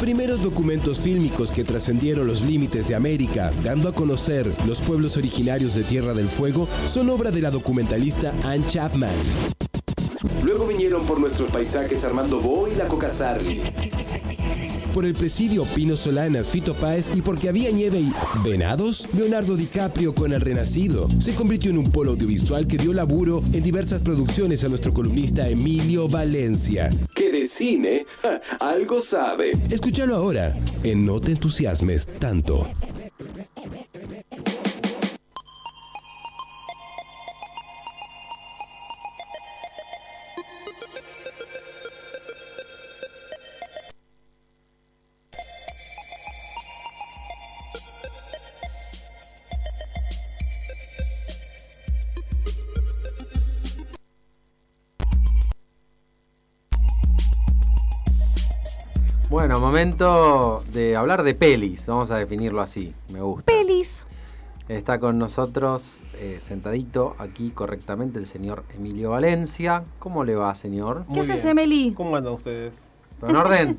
primeros documentos fílmicos que trascendieron los límites de América, dando a conocer los pueblos originarios de Tierra del Fuego, son obra de la documentalista Anne Chapman. Luego vinieron por nuestros paisajes Armando Bo y la Coca Sarli. Por el presidio Pino Solanas, Fito Páez y porque había nieve y venados, Leonardo DiCaprio con El Renacido se convirtió en un polo audiovisual que dio laburo en diversas producciones a nuestro columnista Emilio Valencia. Que de cine, ja, algo sabe. Escúchalo ahora en No te entusiasmes tanto. Bueno, momento de hablar de pelis, vamos a definirlo así, me gusta. Pelis. Está con nosotros, eh, sentadito aquí correctamente, el señor Emilio Valencia. ¿Cómo le va, señor? ¿Qué haces, Emily? ¿Cómo andan ustedes? ¿Todo en orden?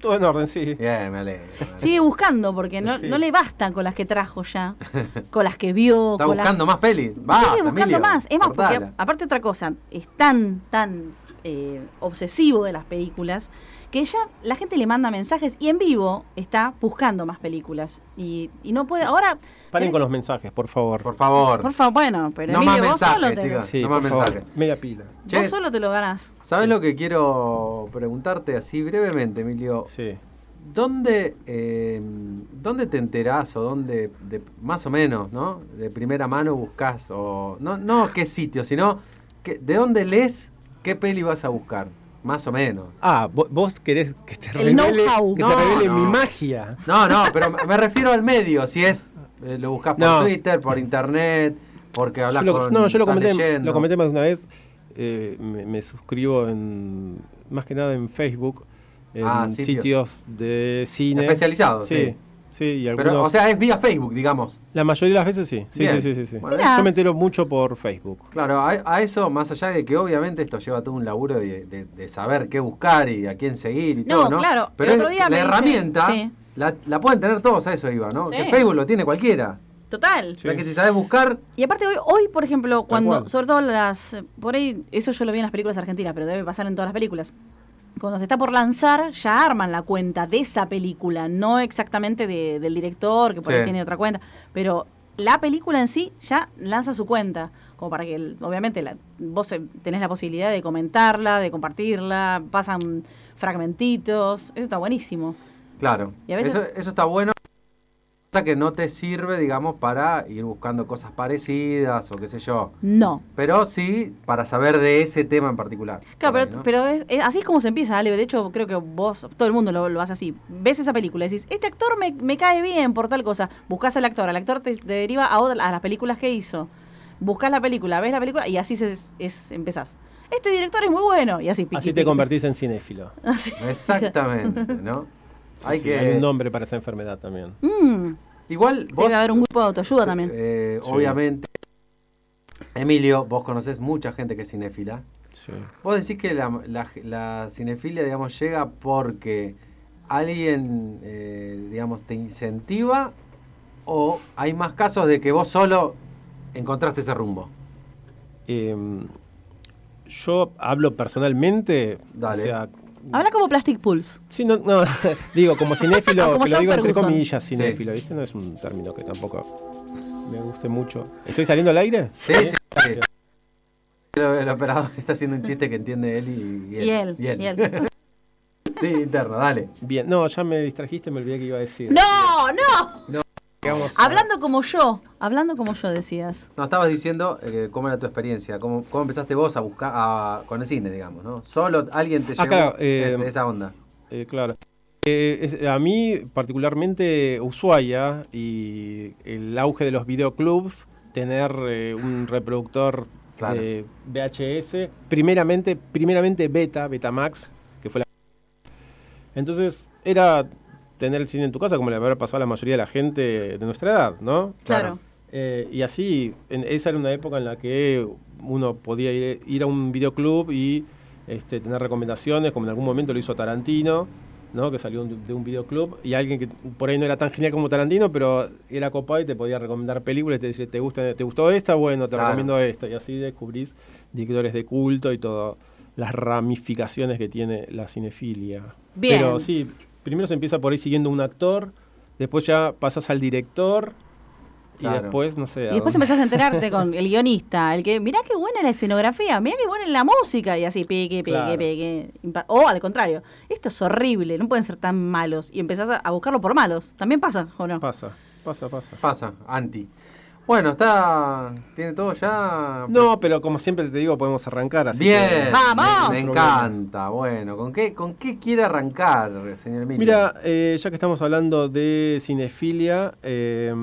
Todo en orden, sí. Bien, me alegro. me alegro. Sigue buscando porque no, Sí. no le bastan con las que trajo ya, con las que vio. Está con las- buscando más pelis. Va, Sigue buscando Emilio, más. Es más, porque cortala. aparte otra cosa, es tan, tan eh, obsesivo de las películas que ya la gente le manda mensajes y en vivo está buscando más películas. Y, y no puede. Ahora. Paren con los mensajes, eh. por favor. Por favor. Por favor, bueno, pero No más Emilio, vos, mensajes, solo te, chicos. Sí, No más por favor. mensajes. Media pila. vos Che, solo te lo ganás. ¿sabes lo que quiero preguntarte así brevemente, Emilio? Sí. ¿Dónde, eh, ¿Dónde te enterás o dónde, de- más o menos, ¿no? De primera mano buscas o no, no qué sitio, sino que, de dónde lees qué peli vas a buscar, más o menos. Ah, vo- vos querés que te El revele, know-how. que No, te revele no. mi magia. No, no, pero me refiero al medio, si es eh, lo buscas por No. Twitter, por internet, porque hablas Yo lo- con no, yo lo estás comenté, leyendo. lo comenté más de una vez. eh, me, me suscribo en más que nada en Facebook, en Ah, sitios. sitios de cine. Especializados, sí. Sí, sí, y algunos. Pero, o sea, es vía Facebook, digamos. la mayoría de las veces sí. Sí, Bien. sí, sí, sí, sí. Bueno, Mirá. Yo me entero mucho por Facebook. Claro, a, a eso, más allá de que obviamente esto lleva todo un laburo de, de- de saber qué buscar y a quién seguir y No, todo, ¿no? claro, Pero el otro es- día la me dice- herramienta sí. la, la pueden tener todos, a eso iba, ¿no? Sí. Que Facebook lo tiene cualquiera. Total. O sea que si sabes buscar, Y aparte hoy, hoy por ejemplo, cuando, cual. sobre todo las, por ahí, eso yo lo vi en las películas argentinas, pero debe pasar en todas las películas. Cuando se está por lanzar, ya arman la cuenta de esa película, no exactamente de- del director, que por Sí. ahí tiene otra cuenta, pero la película en sí ya lanza su cuenta, como para que, el- obviamente, la- vos eh, tenés la posibilidad de comentarla, de compartirla, pasan fragmentitos, eso está buenísimo. claro. Y a veces- eso, eso está bueno. Cosa que no te sirve, digamos, para ir buscando cosas parecidas o qué sé yo. No. Pero sí para saber de ese tema en particular. por Claro, pero, ahí, ¿no? pero es- es- así es como se empieza, Ale. De hecho, creo que vos, todo el mundo lo, lo hace así. Ves esa película y decís, este actor me, me cae bien por tal cosa. Buscas al actor, al actor te, te deriva a, otra- a las películas que hizo. Buscas la película, ves la película y así se, es, empezás. Este director es muy bueno y así. piqui, Así piqui, te piqui. convertís en cinéfilo. Así. Exactamente, ¿no? Sí, Hay sí, que... Hay un nombre para esa enfermedad también. Mm, Igual vos... debe haber un grupo de autoayuda Sí, también. eh, Sí. Obviamente. Emilio, vos conocés mucha gente que es cinéfila. Sí. Vos decís que la, la- la cinefilia, digamos, llega porque alguien, eh, digamos, te incentiva o hay más casos de que vos solo encontraste ese rumbo. Eh, yo hablo personalmente. Dale. O sea, uh. Habla como Plastic Pulse. sí, no, no, digo, como cinéfilo, Como que lo John digo entre Ferguson. comillas, Sí. cinéfilo, ¿viste? No es un término que tampoco me guste mucho. ¿Estoy saliendo al aire? Sí, sí. sí. Pero El, operador está haciendo un chiste que entiende él y, Y él. y él. y él. Sí, interno, dale. Bien, no, ya me distrajiste, me olvidé que iba a decir. ¡No! ¡No! Digamos, Hablando como yo. Hablando como yo, decías. No, estabas diciendo eh, cómo era tu experiencia, cómo, cómo empezaste vos a buscar a- con el cine, digamos, ¿no? Solo alguien te Ah, llegó claro, eh, es- esa onda. eh, claro. Eh, es- a mí, particularmente, Ushuaia y el auge de los videoclubs, tener eh, un reproductor eh, Claro. de VHS, primeramente, primeramente Beta, Betamax, que fue la. Entonces, era tener el cine en tu casa, como le habrá pasado a la mayoría de la gente de nuestra edad, ¿no? Claro. Claro. Eh, y así, en- esa era una época en la que uno podía ir, ir a un videoclub y este, tener recomendaciones, como en algún momento lo hizo Tarantino, ¿no? que salió un- de un videoclub, y alguien que por ahí no era tan genial como Tarantino, pero era copado y te podía recomendar películas, y te decía, ¿te, gusta, ¿te gustó esta? Bueno, te Claro. recomiendo esta. Y así descubrís directores de culto y todas las ramificaciones que tiene la cinefilia. Bien. Pero sí, primero se empieza por ahí siguiendo un actor, después ya pasas al director, y Claro. después, no sé. a Y después dónde- empezás a enterarte con el guionista, el que, mirá qué buena la escenografía, mirá qué buena la música, y así, pegue, pegue, Claro. pegue. Impa- O al contrario, esto es horrible, no pueden ser tan malos. Y empezás a- a buscarlo por malos. También pasa, ¿o no? Pasa, pasa, pasa. Pasa, anti. Bueno, está. Tiene todo ya. No, pero como siempre te digo, podemos arrancar así. Ah, pues. Bien. que- ¡Vamos! Me, me encanta. Bueno, ¿con qué, ¿con qué quiere arrancar, señor Emilio? Mira, eh, ya que estamos hablando de cinefilia, eh,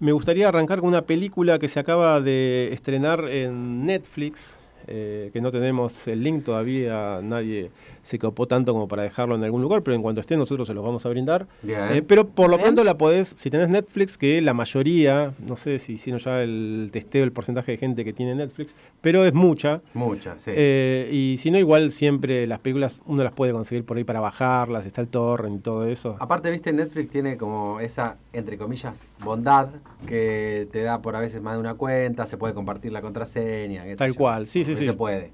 me gustaría arrancar con una película que se acaba de estrenar en Netflix, eh, que no tenemos el link todavía, nadie se copó tanto como para dejarlo en algún lugar, pero en cuanto esté nosotros se los vamos a brindar. Bien. Eh, pero por lo Bien. pronto la podés, si tenés Netflix, que la mayoría, no sé si hicieron ya el testeo, el porcentaje de gente que tiene Netflix, pero es mucha. Muchas, sí. Eh, y si no, igual siempre las películas uno las puede conseguir por ahí para bajarlas, está el torrent y todo eso. Aparte, viste, Netflix tiene como esa, entre comillas, bondad que te da por a veces más de una cuenta, se puede compartir la contraseña. qué sé Tal yo. cual, sí, sí, Hoy sí. Se puede.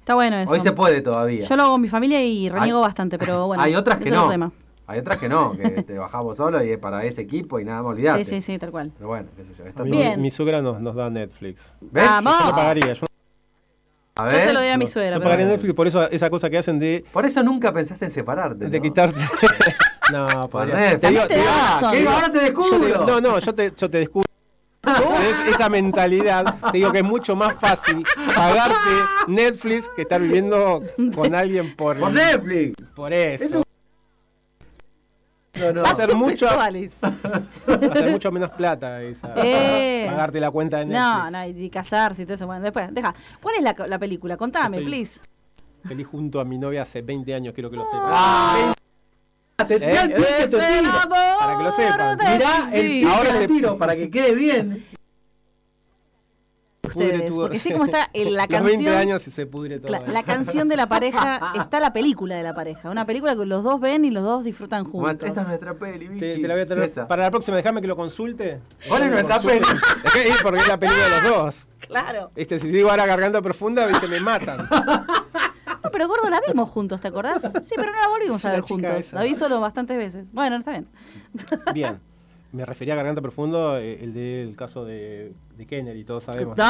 Está bueno eso. Hoy se puede todavía. Yo lo hago con mi familia y reniego Hay- bastante, pero bueno. Hay otras ese que es otro no. tema. Hay otras que no, que te bajamos solo y es para ese equipo y nada más olvidate. Sí, sí, sí, tal cual. Pero bueno, qué sé yo. Está A mí todo- Bien. Mi suegra nos, nos da Netflix. ¿Ves? Vamos. Yo Ah. no pagaría, yo A Yo ver. se lo doy a mi no- suegra. no pero pagaría bueno. Netflix por eso esa cosa que hacen de, Por eso nunca pensaste en separarte. de ¿no? quitarte. no, Por podría- Netflix. digo- te da Ah, razón. ¿qué? ahora te yo te- descubro. no, no, yo te, yo te descubro. Es- esa mentalidad, te digo que es mucho más fácil pagarte Netflix que estar viviendo con alguien por, Por Netflix. por eso. Es un- No, no. Va a ser Son mucho, visuales. Va a ser mucho menos plata esa. Eh. Pagarte la cuenta de Netflix. No, no, y casarse y todo eso. Bueno, después, deja. ¿Cuál es la, la película? Contame, Estoy- please. Feliz junto a mi novia hace 20 años, quiero que lo sepan. Ah, te tiré el pie que te Eh, Ese tiro. amor Para que lo sepan. de Mirá el mi pie Ahora que te se- tiro para que quede bien. Pudre ustedes, tu- porque sí como está en la Los 20 canción. años y se pudre todo. La, eh. la canción de la pareja está la película de la pareja, una película que los dos ven y los dos disfrutan juntos. Esta es nuestra peli, bichi. Te, te la voy a tener- Esa. Para la próxima, déjame que lo consulte. ¿Cuál es Déjame que lo nuestra peli? consulte. Es que- eh, porque es la película de los dos. Claro. Este, si sigo ahora garganta profunda, viste, me matan. No, pero gordo la vimos juntos, ¿te acordás? Sí, pero no la volvimos Sí, a la ver chica juntos. esa. La vi solo bastantes veces. Bueno, está bien. Bien. Me refería a garganta profunda, eh, el del caso de, de Kennedy, todos sabemos. No,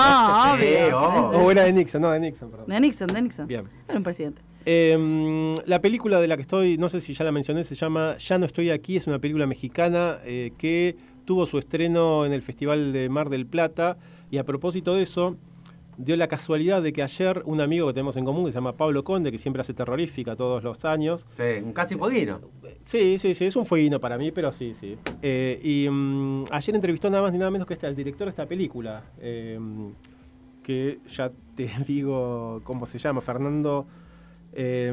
obvio. oh. O era de Nixon, no, de Nixon, perdón. De Nixon, de Nixon. Bien. Era un presidente. Em, la película de la que estoy, no sé si ya la mencioné, se llama Ya no estoy aquí, es una película mexicana eh, que tuvo su estreno en el Festival de Mar del Plata y a propósito de eso, dio la casualidad de que ayer un amigo que tenemos en común, que se llama Pablo Conde, que siempre hace terrorífica todos los años, Sí, un casi fueguino. Sí, sí, sí, es un fueguino para mí, pero sí, sí. Eh, y mm, ayer entrevistó nada más ni nada menos que este- al director de esta película, eh, que ya te digo cómo se llama, Fernando... eh,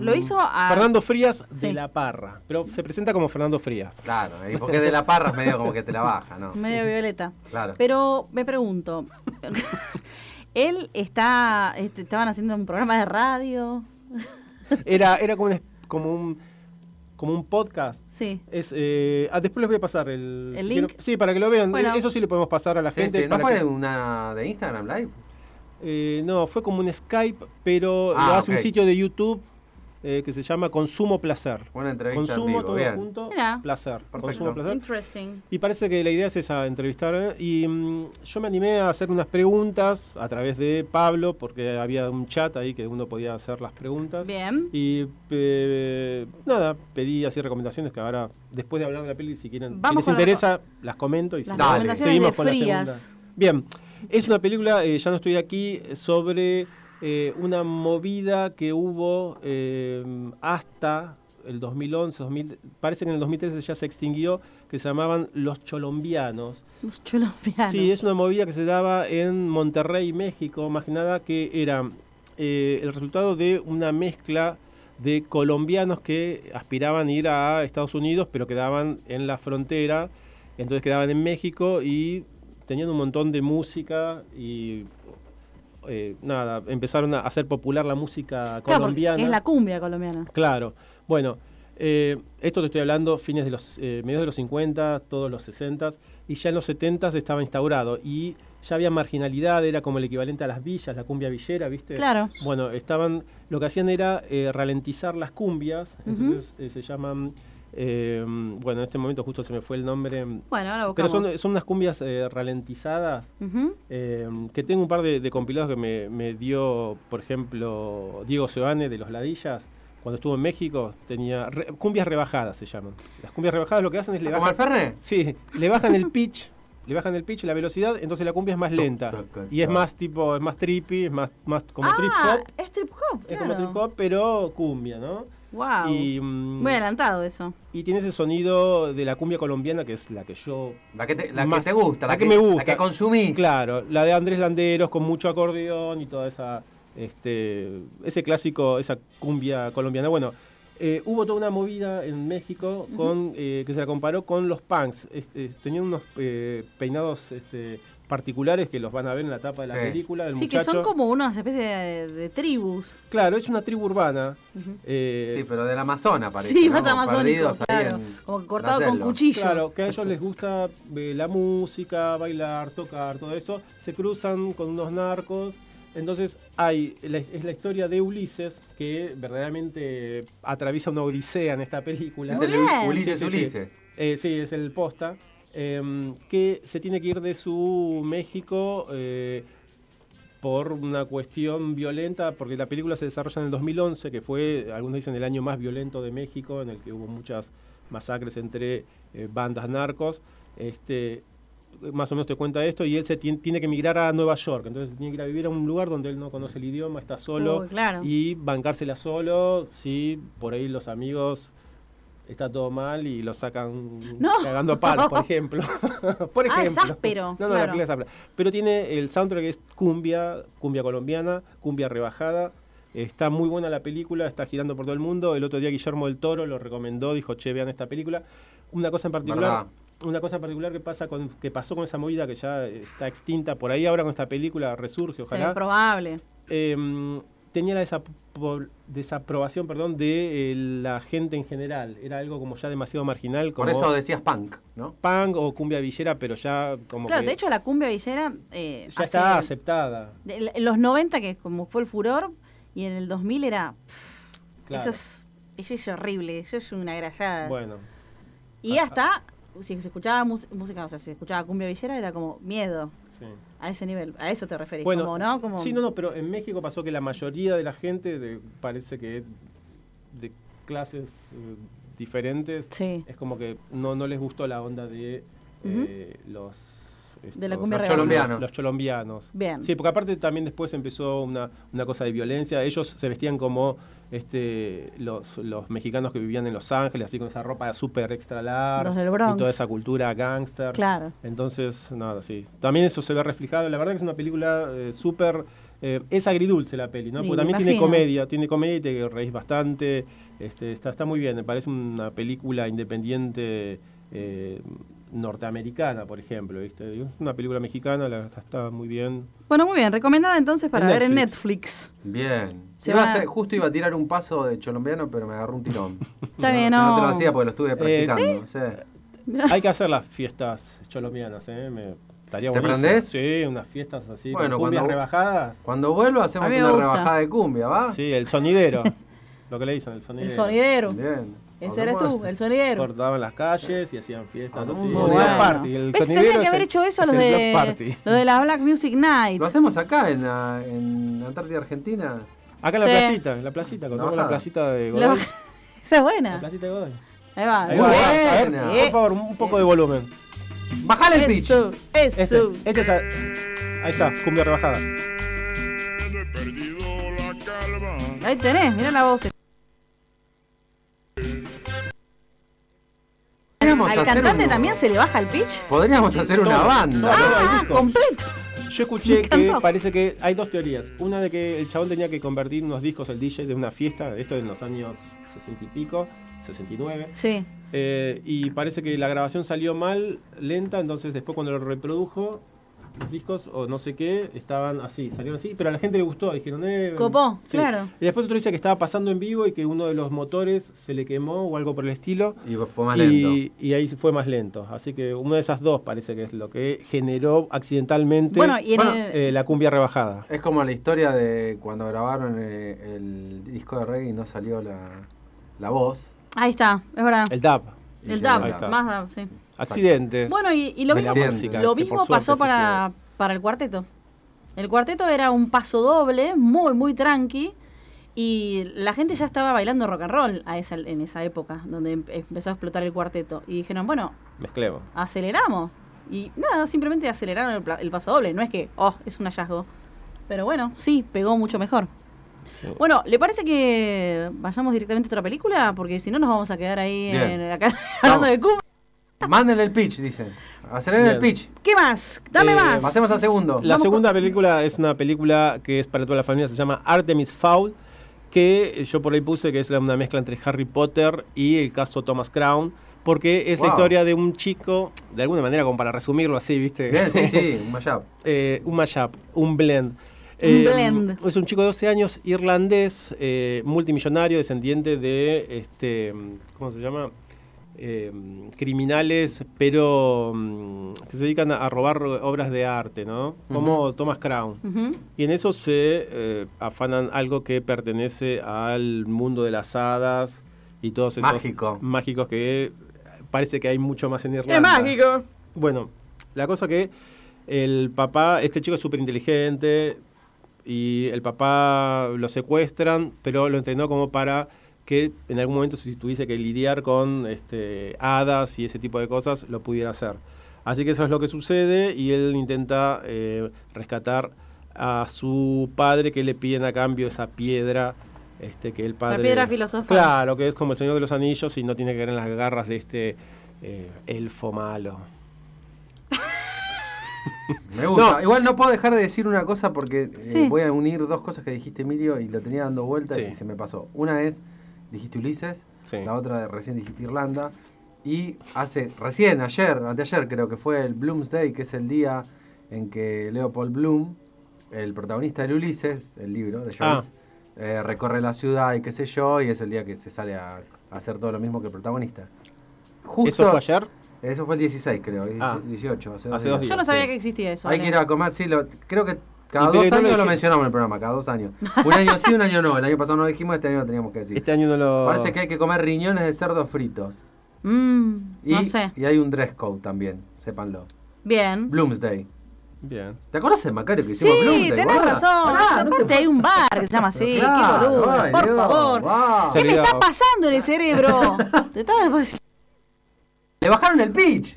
Lo hizo a- Fernando Frías de Sí. La Parra, pero se presenta como Fernando Frías. Claro, y porque de la parra es medio como que te la baja, Ah, ¿no? Medio violeta. Claro. Pero me pregunto, él está, este, estaban haciendo un programa de radio. Era, era como, un, como, un, como un podcast. Sí. Es, eh, ah, después les voy a pasar el, ¿El si link? quiero- sí, para que lo vean. Bueno. Eso sí le podemos pasar a la Sí, gente. sí, ¿No para fue que- una de Instagram Live? Eh, no, fue como un Skype, pero Ah, lo hace ok. un sitio de YouTube eh, que se llama Consumo Placer. Una entrevista en Consumo vivo, todo bien. junto, Mirá. placer. Perfecto. Consumo placer. Interesting. Y parece que la idea es esa, entrevistar. ¿eh? Y mm, yo me animé a hacer unas preguntas a través de Pablo, porque había un chat ahí que uno podía hacer las preguntas. Bien. Y eh, nada, pedí así recomendaciones que ahora, después de hablar de la peli, si quieren, Vamos si con les la- interesa, las comento y si Las no, Dale. recomendaciones seguimos de con la Frías. segunda. Bien, es una película, eh, ya no estoy aquí, sobre eh, una movida que hubo eh, hasta el 2011, 2000, parece que en el 2013 ya se extinguió, que se llamaban los cholombianos. Los cholombianos. Sí, es una movida que se daba en Monterrey, México, más que nada, que era eh, el resultado de una mezcla de colombianos que aspiraban a ir a Estados Unidos, pero quedaban en la frontera, entonces quedaban en México y tenían un montón de música y eh, nada, empezaron a hacer popular la música Claro, porque colombiana. es la cumbia colombiana. Claro. Bueno, eh, esto te estoy hablando fines de los eh, medios de los 50, todos los 60 y ya en los 70 estaba instaurado y ya había marginalidad, era como el equivalente a las villas, la cumbia villera, ¿viste? Claro. Bueno, estaban, lo que hacían era eh, ralentizar las cumbias, Ujú. entonces eh, se llaman, eh, bueno, en este momento justo se me fue el nombre, Bueno, ahora pero buscamos. son, son unas cumbias eh, ralentizadas. Ujú. eh, que tengo un par de, de compilados que me, me dio, por ejemplo, Diego Seoane de Los Ladillas, cuando estuvo en México, tenía re- cumbias rebajadas se llaman. Las cumbias rebajadas lo que hacen es le ¿Como bajan, el Ferre? Sí, le bajan el pitch, le bajan el pitch, la velocidad, entonces la cumbia es más lenta. Y es más tipo, es más trippy, es más, más como ah, trip hop. es trip hop, Es claro. como trip hop, pero cumbia, ¿no? Wow. Y, mm, Muy adelantado eso. y tiene ese sonido de la cumbia colombiana, que es la que yo... La que te, la que más- te gusta, la, que, me gusta. la que consumís. Claro, la de Andrés Landeros con mucho acordeón y toda esa... Este, ese clásico, esa cumbia colombiana. Bueno, eh, hubo toda una movida en México con, eh, que se la comparó con los punks. Este, tenían unos eh, peinados este, particulares que los van a ver en la tapa de la Sí. película. Del Sí, que muchacho. son como unas especies de, de tribus. Claro, es una tribu urbana. Ujú. eh, Sí, pero del Amazonas parece. sí, ¿no? más Como amazónico, perdidos ahí claro. en Como la cortado con selva. cuchillo. Claro, que a ellos les gusta eh, la música, bailar, tocar, todo eso. Se cruzan con unos narcos. Entonces hay la- es la historia de Ulises que verdaderamente atraviesa una odisea en esta película. Es Muy el bien. Ulises Sí, sí, sí. Ulises. Eh, sí, es el posta. eh, que se tiene que ir de su México eh, por una cuestión violenta, porque la película se desarrolla en el 2011, que fue, algunos dicen, el año más violento de México, en el que hubo muchas masacres entre eh, bandas narcos. Este, más o menos te cuenta esto, y él se tien- tiene que emigrar a Nueva York, entonces tiene que ir a vivir a un lugar donde él no conoce el idioma, está solo, Uy, claro. y bancársela solo, si por ahí los amigos está todo mal y lo sacan No. cagando a palos, por ejemplo. por Ah, es ejemplo. áspero, No, no, la claro. película es áspera. Pero tiene el soundtrack que es cumbia, cumbia colombiana, cumbia rebajada. Está muy buena la película, está girando por todo el mundo. El otro día Guillermo del Toro lo recomendó, dijo, che, vean esta película. Una cosa en particular, Verdad. una cosa en particular que pasa con, que pasó con esa movida que ya está extinta por ahí ahora con esta película resurge, Se ve ojalá probable. eh, tenía la desapro- desaprobación perdón, de eh, la gente en general. Era algo como ya demasiado marginal, como Por eso decías punk, ¿no? punk o cumbia villera, pero ya como Claro, que de hecho la cumbia villera... eh, ya hace- está aceptada. de- En los 90, que como fue el furor, y en el 2000 era... Eso, Claro. es, eh, eso es horrible, eso es una grasada. Bueno, Y Ah, hasta, si se escuchaba mus- música, o sea, si se escuchaba cumbia villera, era como miedo sí. a ese nivel. A eso te referís, Bueno, como, ¿no? Como, sí, no, no, pero en México pasó que la mayoría de la gente, de- parece que de clases eh, diferentes, Sí. es como que no, no les gustó la onda de eh, los... De la estos- cumbia Los cholombianos. Los cholombianos. Bien. Sí, porque aparte también después empezó una, una cosa de violencia. Ellos se vestían como este los, los mexicanos que vivían en Los Ángeles, así con esa ropa súper extra larga. Los del Bronx. Y toda esa cultura gangster. Claro. Entonces, nada, sí. También eso se ve reflejado. La verdad que es una película eh, súper... eh, es agridulce la peli, ¿no? Me Porque también tiene imagino. comedia, tiene comedia y te reís bastante. Este, está, está muy bien, me parece una película independiente eh, norteamericana, por ejemplo, ¿viste? Una película mexicana, la, está muy bien. Bueno, muy bien, recomendada entonces para En ver en Netflix. Bien. Se Iba a va- hacer- justo iba a tirar un paso de cholombiano, pero me agarró un tirón. Está no, bien, o sea, no. no. Eh, te lo hacía porque lo estuve practicando. sí. Hay que hacer las fiestas cholomianas, ¿eh? Me, estaría ¿Te buenísimo. prendés? Sí, unas fiestas así, Bueno, con cumbias cuando- rebajadas. Cuando vuelva hacemos A mí una me gusta. rebajada de cumbia, ¿va? Sí, el sonidero. lo que le dicen, el sonidero. El sonidero. Bien. Ese eres tú, el sonidero. Cortaban las calles y hacían fiestas Hacemos así. un El sonidero. block party, Bueno. el ¿Ves? sonidero Tendrían que es haber el- hecho eso es los el block de, party. lo de la Black Music Night. Lo hacemos acá en, la- en Antártida Argentina. Acá en la Sí. placita, en la placita, contamos Ajá. la placita de Lo- Godoy. Esa es La buena. placita de Godoy. Ahí va. Ahí Muy va, buena. a ver, a ver, Eh, por favor, un poco de volumen. Bajale el pitch. Eso, Este, eso. este es a- Ahí está, cumbia rebajada. he perdido la calma. Ahí tenés, mirá la voz. Podríamos Al hacer cantante un- también se le baja el pitch. Podríamos hacer una Toma, banda. toma. Ah, Ah, disco. completo. Yo escuché que encantó. parece que hay dos teorías. Una de que el chabón tenía que convertir unos discos, el DJ de una fiesta, esto en los años 60 y pico, 69. Sí. Eh, y parece que la grabación salió mal, lenta, entonces después cuando lo reprodujo, discos o no sé qué estaban así, salieron así, pero a la gente le gustó, dijeron, eh. Copó, sí. claro. Y después otro dice que estaba pasando en vivo y que uno de los motores se le quemó o algo por el estilo. Y fue más Y, lento. y ahí fue más lento. Así que una de esas dos parece que es lo que generó accidentalmente Bueno, y en Bueno, el- eh, la cumbia rebajada. Es como la historia de cuando grabaron eh, el, disco de reggae y no salió la, la voz. Ahí está, es verdad. El DAP. y El hicieron DAB, Ahí está. la- más DAB, sí. Accidentes. Bueno, y, y lo de la mismo, música, lo que mismo por suerte pasó se para, para el cuarteto. El cuarteto era un paso doble, muy, muy tranqui. Y la gente ya estaba bailando rock and roll a esa, en esa época, donde em- empezó a explotar el cuarteto. Y dijeron, bueno, Mezclemos. aceleramos. Y nada, simplemente aceleraron el, pla- el paso doble. No es que, oh, es un hallazgo. Pero bueno, sí, pegó mucho mejor. Sí. Bueno, ¿le parece que vayamos directamente a otra película? Porque si no, nos vamos a quedar ahí Bien. en- acá hablando de Cuba. Mándenle el pitch, dicen. Aceleren el Bien. pitch. ¿Qué más? Dame Eh, más. Pasemos al segundo. La Vamos segunda película es una película que es para toda la familia, se llama Artemis Fowl, que yo por ahí puse que es la- una mezcla entre Harry Potter y el caso Thomas Crown, porque es la Wow. historia de un chico, de alguna manera, como para resumirlo así, ¿viste? Bien, sí, sí, un mashup. eh, un mashup, un blend. Eh, Un blend. Es un chico de 12 años, irlandés, eh, multimillonario, descendiente de, este, ¿cómo se llama? Eh, criminales, pero mm, que se dedican a, a robar obras de arte, ¿no? Como Thomas Crown. Ujú. Y en eso se eh, afanan algo que pertenece al mundo de las hadas y todos esos Mágico. mágicos que parece que hay mucho más en Irlanda. Es mágico. Bueno, la cosa que el papá, este chico es súper inteligente y el papá lo secuestran, pero lo entrenó como para que en algún momento si tuviese que lidiar con este, hadas y ese tipo de cosas, lo pudiera hacer. Así que eso es lo que sucede y él intenta eh, rescatar a su padre que le piden a cambio esa piedra. Este, que el padre, piedra filosofal. Claro, que es como el Señor de los Anillos y no tiene que ver en las garras de este eh, elfo malo. Me gusta. No. Igual no puedo dejar de decir una cosa porque eh, Sí. voy a unir dos cosas que dijiste, Emilio, y lo tenía dando vueltas Sí. y se me pasó. Una es, dijiste Ulises, Sí. la otra de- recién dijiste Irlanda, y hace, recién, ayer, anteayer creo que fue el Bloomsday, que es el día en que Leopold Bloom, el protagonista de Ulises, el libro de Ah. Joyce, eh, recorre la ciudad y qué sé yo, y es el día que se sale a, a hacer todo lo mismo que el protagonista. Justo, ¿Eso fue ayer? Eso fue el 16, creo, el Ah. 18, hace dos Hace dos días. Yo no Digo, sabía sí. que existía eso. Hay Ale. que ir a comer, sí, lo- creo que cada Y dos pero no lo años lo dijiste. mencionamos en el programa, cada dos años. Un año sí, un año no. El año pasado no lo dijimos, este año lo teníamos que decir. Este año no lo... Parece que hay que comer riñones de cerdo fritos. Mm, Y, No sé. y hay un dress code también, sépanlo. Bien. Bloomsday. Bien. ¿Te acuerdas de Macario que Sí, hicimos Bloomsday? tenés boluda? razón. Pará, no te- Aparte hay un bar que se llama así. Claro, qué boludo. ay, por Dios, favor. wow. ¿Qué me Seriedad. está pasando en el cerebro? Te estaba- Le bajaron el pitch.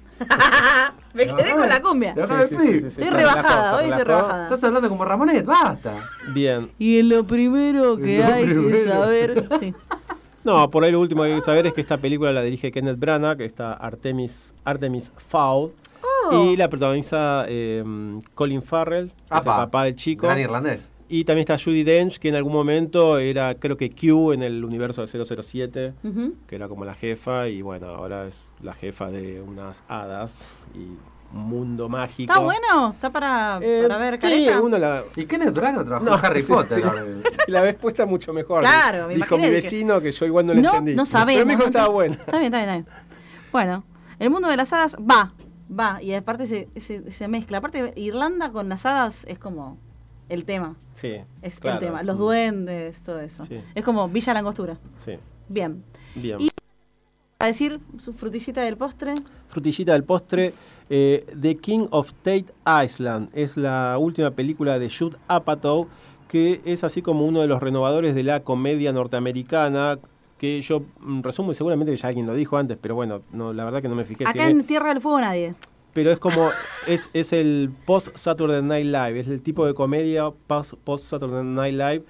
Me quedé con la cumbia. Le bajaron el pitch. Estoy se relajó, rebajada, se hoy estoy relajó. rebajada. Estás hablando como Ramonet, basta. Bien. Y lo primero que Lo hay que primero. saber. Sí. No, por ahí lo último que hay que saber es que esta película la dirige Kenneth Branagh, que está Artemis, Artemis Fowl. Oh. Y la protagoniza eh, Colin Farrell, que es el Apa. papá del chico. Gran irlandés. Y también está Judy Dench, que en algún momento era, creo que Q en el universo de 007, Ujú. que era como la jefa, y bueno, ahora es la jefa de unas hadas y un mundo mágico. ¿Está bueno? ¿Está para, Eh, para ver sí, careta? uno la, ¿Y Kenneth Branagh trabajó No, en Harry sí, Potter? sí. ahora. La ves puesta mucho mejor. Claro, me Dijo imaginé, mi dije- vecino que yo igual no lo entendí. No sabemos. Pero me dijo que estaba ¿no? buena. Está bien, está bien, está bien. Bueno, el mundo de las hadas va, va. Y aparte se, se- se mezcla. Aparte, Irlanda con las hadas es como el tema. Sí. Es claro, el tema. es Los un- duendes, todo eso. Sí. Es como Villa Langostura. Sí. Bien. Bien. Y- A decir su frutillita del postre. Frutillita del postre. eh, The King of Tate Island es la última película de Jude Apatow que es así como uno de los renovadores de la comedia norteamericana que yo mm, resumo y seguramente ya alguien lo dijo antes, pero bueno, no, la verdad que no me fijé. si Acá me- en Tierra del Fuego nadie. pero es como es, es el post Saturday Night Live, es el tipo de comedia post, post Saturday Night Live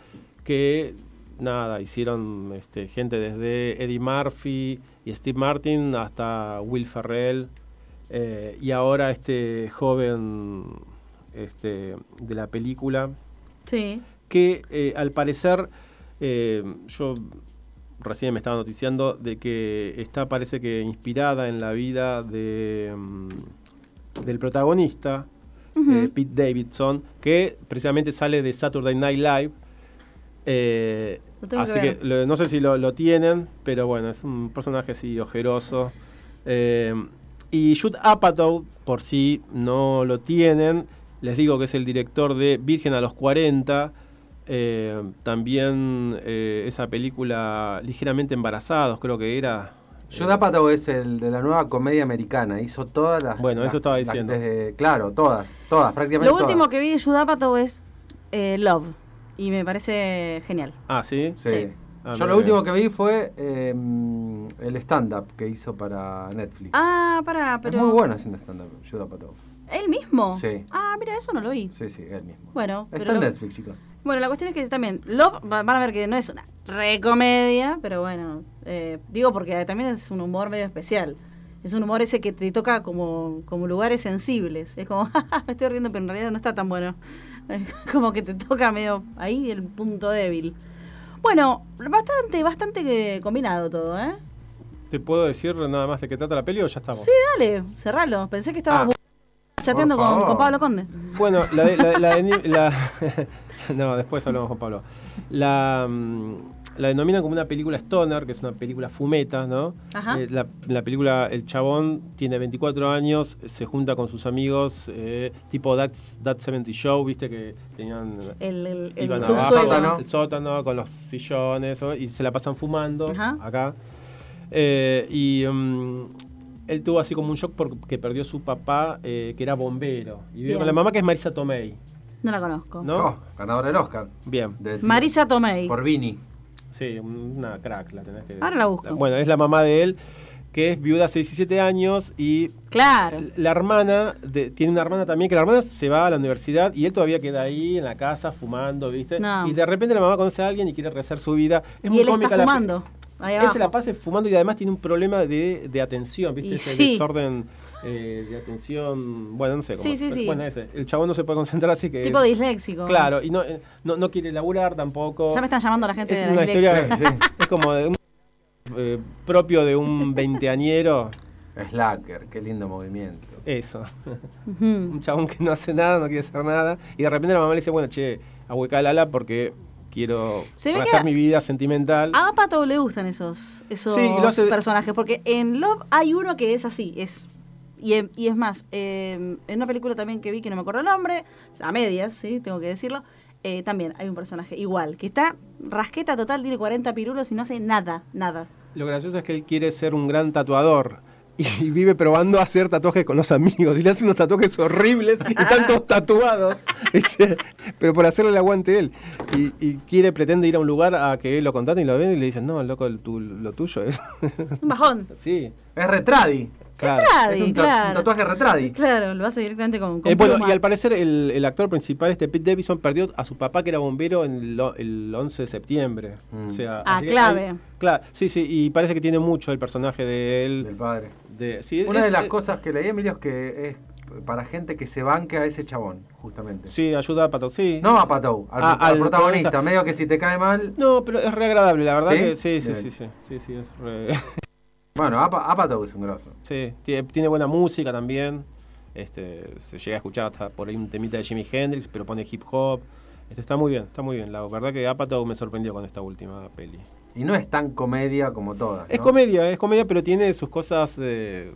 que nada, hicieron este, gente desde Eddie Murphy y Steve Martin hasta Will Ferrell eh, y ahora este joven este, de la película Sí. que eh, al parecer eh, yo recién me estaba noticiando de que está parece que inspirada en la vida de, mm, del protagonista Ujú. eh, Pete Davidson, que precisamente sale de Saturday Night Live. Eh, Lo tengo que así que, ver. lo- no sé si lo, lo tienen, pero bueno, es un personaje así ojeroso. Eh, y Judd Apatow, por si no lo tienen, les digo que es el director de Virgen a los 40. eh, también eh, esa película ligeramente embarazados, creo que era. Judd Apatow es el de la nueva comedia americana. Hizo todas las. Bueno, eso las- estaba las- diciendo. desde- claro, todas, todas, prácticamente Lo último todas. que vi de Judapato es eh, Love. Y me parece genial. Ah, sí. Sí. Sí. Ah, Yo mira lo que- último que vi fue eh, el stand-up que hizo para Netflix. Ah, pará, pero. Es muy bueno haciendo stand-up, Judd Apatow. ¿Él mismo? Sí. Ah, mira, eso no lo vi. Sí, sí, él mismo. Bueno, Está pero en lo- Netflix, chicos. Bueno, la cuestión es que también Love, va- van a ver que no es una recomedia, pero bueno, eh, digo porque también es un humor medio especial. Es un humor ese que te toca como, como lugares sensibles. Es como, "Ja, ja, me estoy riendo, pero en realidad no está tan bueno. como que te toca medio ahí el punto débil. Bueno, bastante, bastante eh, combinado todo, ¿eh? ¿Te puedo decir nada más de qué trata la peli o ya estamos? Sí, dale, cerralo. Pensé que estabas Ah, bu- chateando por con, favor. con Pablo Conde. Bueno, la de- la- la de ni- la- no, después hablamos con Pablo. La, mm, la denominan como una película stoner, que es una película fumeta, ¿no? Ajá. Eh, la, la película El Chabón tiene 24 años, se junta con sus amigos, eh, tipo That, That 70 Show, viste que tenían... El, el, el iban abajo, subsuelo. sótano. el sótano, con los sillones, o- y se la pasan fumando Ajá. acá. Eh, y mm, él tuvo así como un shock porque perdió su papá, eh, que era bombero. Y vive Bien. con la mamá que es Marisa Tomei. No la conozco. ¿No? Oh, ganadora del Oscar. Bien. de- Marisa Tomei. Por Vini. Sí, una crack la tenés que Ahora la busco. Bueno, es la mamá de él, que es viuda hace 17 años y Claro. la hermana, de- tiene una hermana también, que la hermana se va a la universidad y él todavía queda ahí en la casa fumando, ¿viste? No. Y de repente la mamá conoce a alguien y quiere rehacer su vida. Es y muy él cómica está la pe- fumando. ahí Él abajo. se la pasa fumando y además tiene un problema de, de atención, ¿viste? Y Ese sí. desorden eh, de atención. Bueno, no sé cómo. Sí, sí, pero sí. Bueno, ese. El chabón no se puede concentrar, así que. Tipo es- disléxico. Claro, y no, eh, no, no quiere laburar tampoco. Ya me están llamando la gente es de una la historia. Sí, Es como de un, eh, propio de un veinteañero. Slacker, qué lindo movimiento. Eso. Ujú. Un chabón que no hace nada, no quiere hacer nada. Y de repente la mamá le dice, bueno, che, ahueca el ala porque quiero Se ve que hacer a- mi vida sentimental. A Pato le gustan esos, esos Sí, lo hace- personajes, porque en Love hay uno que es así, es y, en- y es más, eh, en una película también que vi que no me acuerdo el nombre, a medias, sí, tengo que decirlo, eh, también hay un personaje igual, que está rasqueta total, tiene 40 pirulos y no hace nada, nada. Lo gracioso es que él quiere ser un gran tatuador. Y vive probando a hacer tatuajes con los amigos. Y le hace unos tatuajes horribles y están todos tatuados. ¿viste? Pero por hacerle el aguante él. Y, y quiere, pretende ir a un lugar a que lo contraten y lo ven y le dicen, no, loco, el tu- lo tuyo es. Un bajón. sí, Es retradi. claro. Tradi, Es un, ta- un claro. tatuaje retradi. Claro, lo hace directamente con, con Eh, bueno, pluma. y al parecer el, el actor principal, este Pete Davidson, perdió a su papá que era bombero en lo- el 11 de septiembre. Mm. O sea, Ah, así que clave. hay- claro, sí, sí, y parece que tiene mucho el personaje de Del él. padre. de- sí, Una es- de las eh, cosas que leí, Emilio, es que es para gente que se banque a ese chabón, justamente. Sí, ayuda a Pato, sí. No a Patou, al, Ah, al al protagonista. protagonista. Medio que si te cae mal. No, pero es re agradable, la verdad ¿Sí? que sí, sí, Bien. sí, sí, sí, sí, es re- Bueno, a, Pa- a Patou es un grosso. sí, tie- tiene buena música también. Este, se llega a escuchar hasta por ahí un temita de Jimi Hendrix, pero pone hip hop. Este, está muy bien, está muy bien. La verdad que Apatow me sorprendió con esta última peli. Y no es tan comedia como todas. Es ¿no? comedia, es comedia, pero tiene sus cosas eh,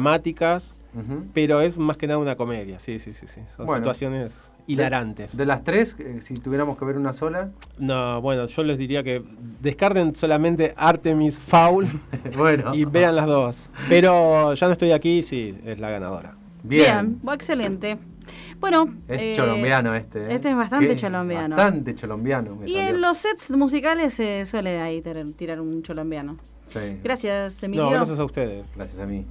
dramáticas, Ujú. pero es más que nada una comedia. Sí, sí, sí, sí. Son Bueno. situaciones hilarantes. De las tres, eh, si tuviéramos que ver una sola. No, bueno, yo les diría que descarten solamente Artemis Fowl bueno. y vean las dos. Pero ya no estoy aquí, sí, es la ganadora. Bien, Bien. bueno, excelente. Bueno, Es eh, cholombiano este. ¿eh? este es bastante Qué- cholombiano. Bastante cholombiano. me Y salió. en los sets musicales se suele ahí ter- tirar un cholombiano. Sí. Gracias, Emilio. No, gracias a ustedes. Gracias a mí.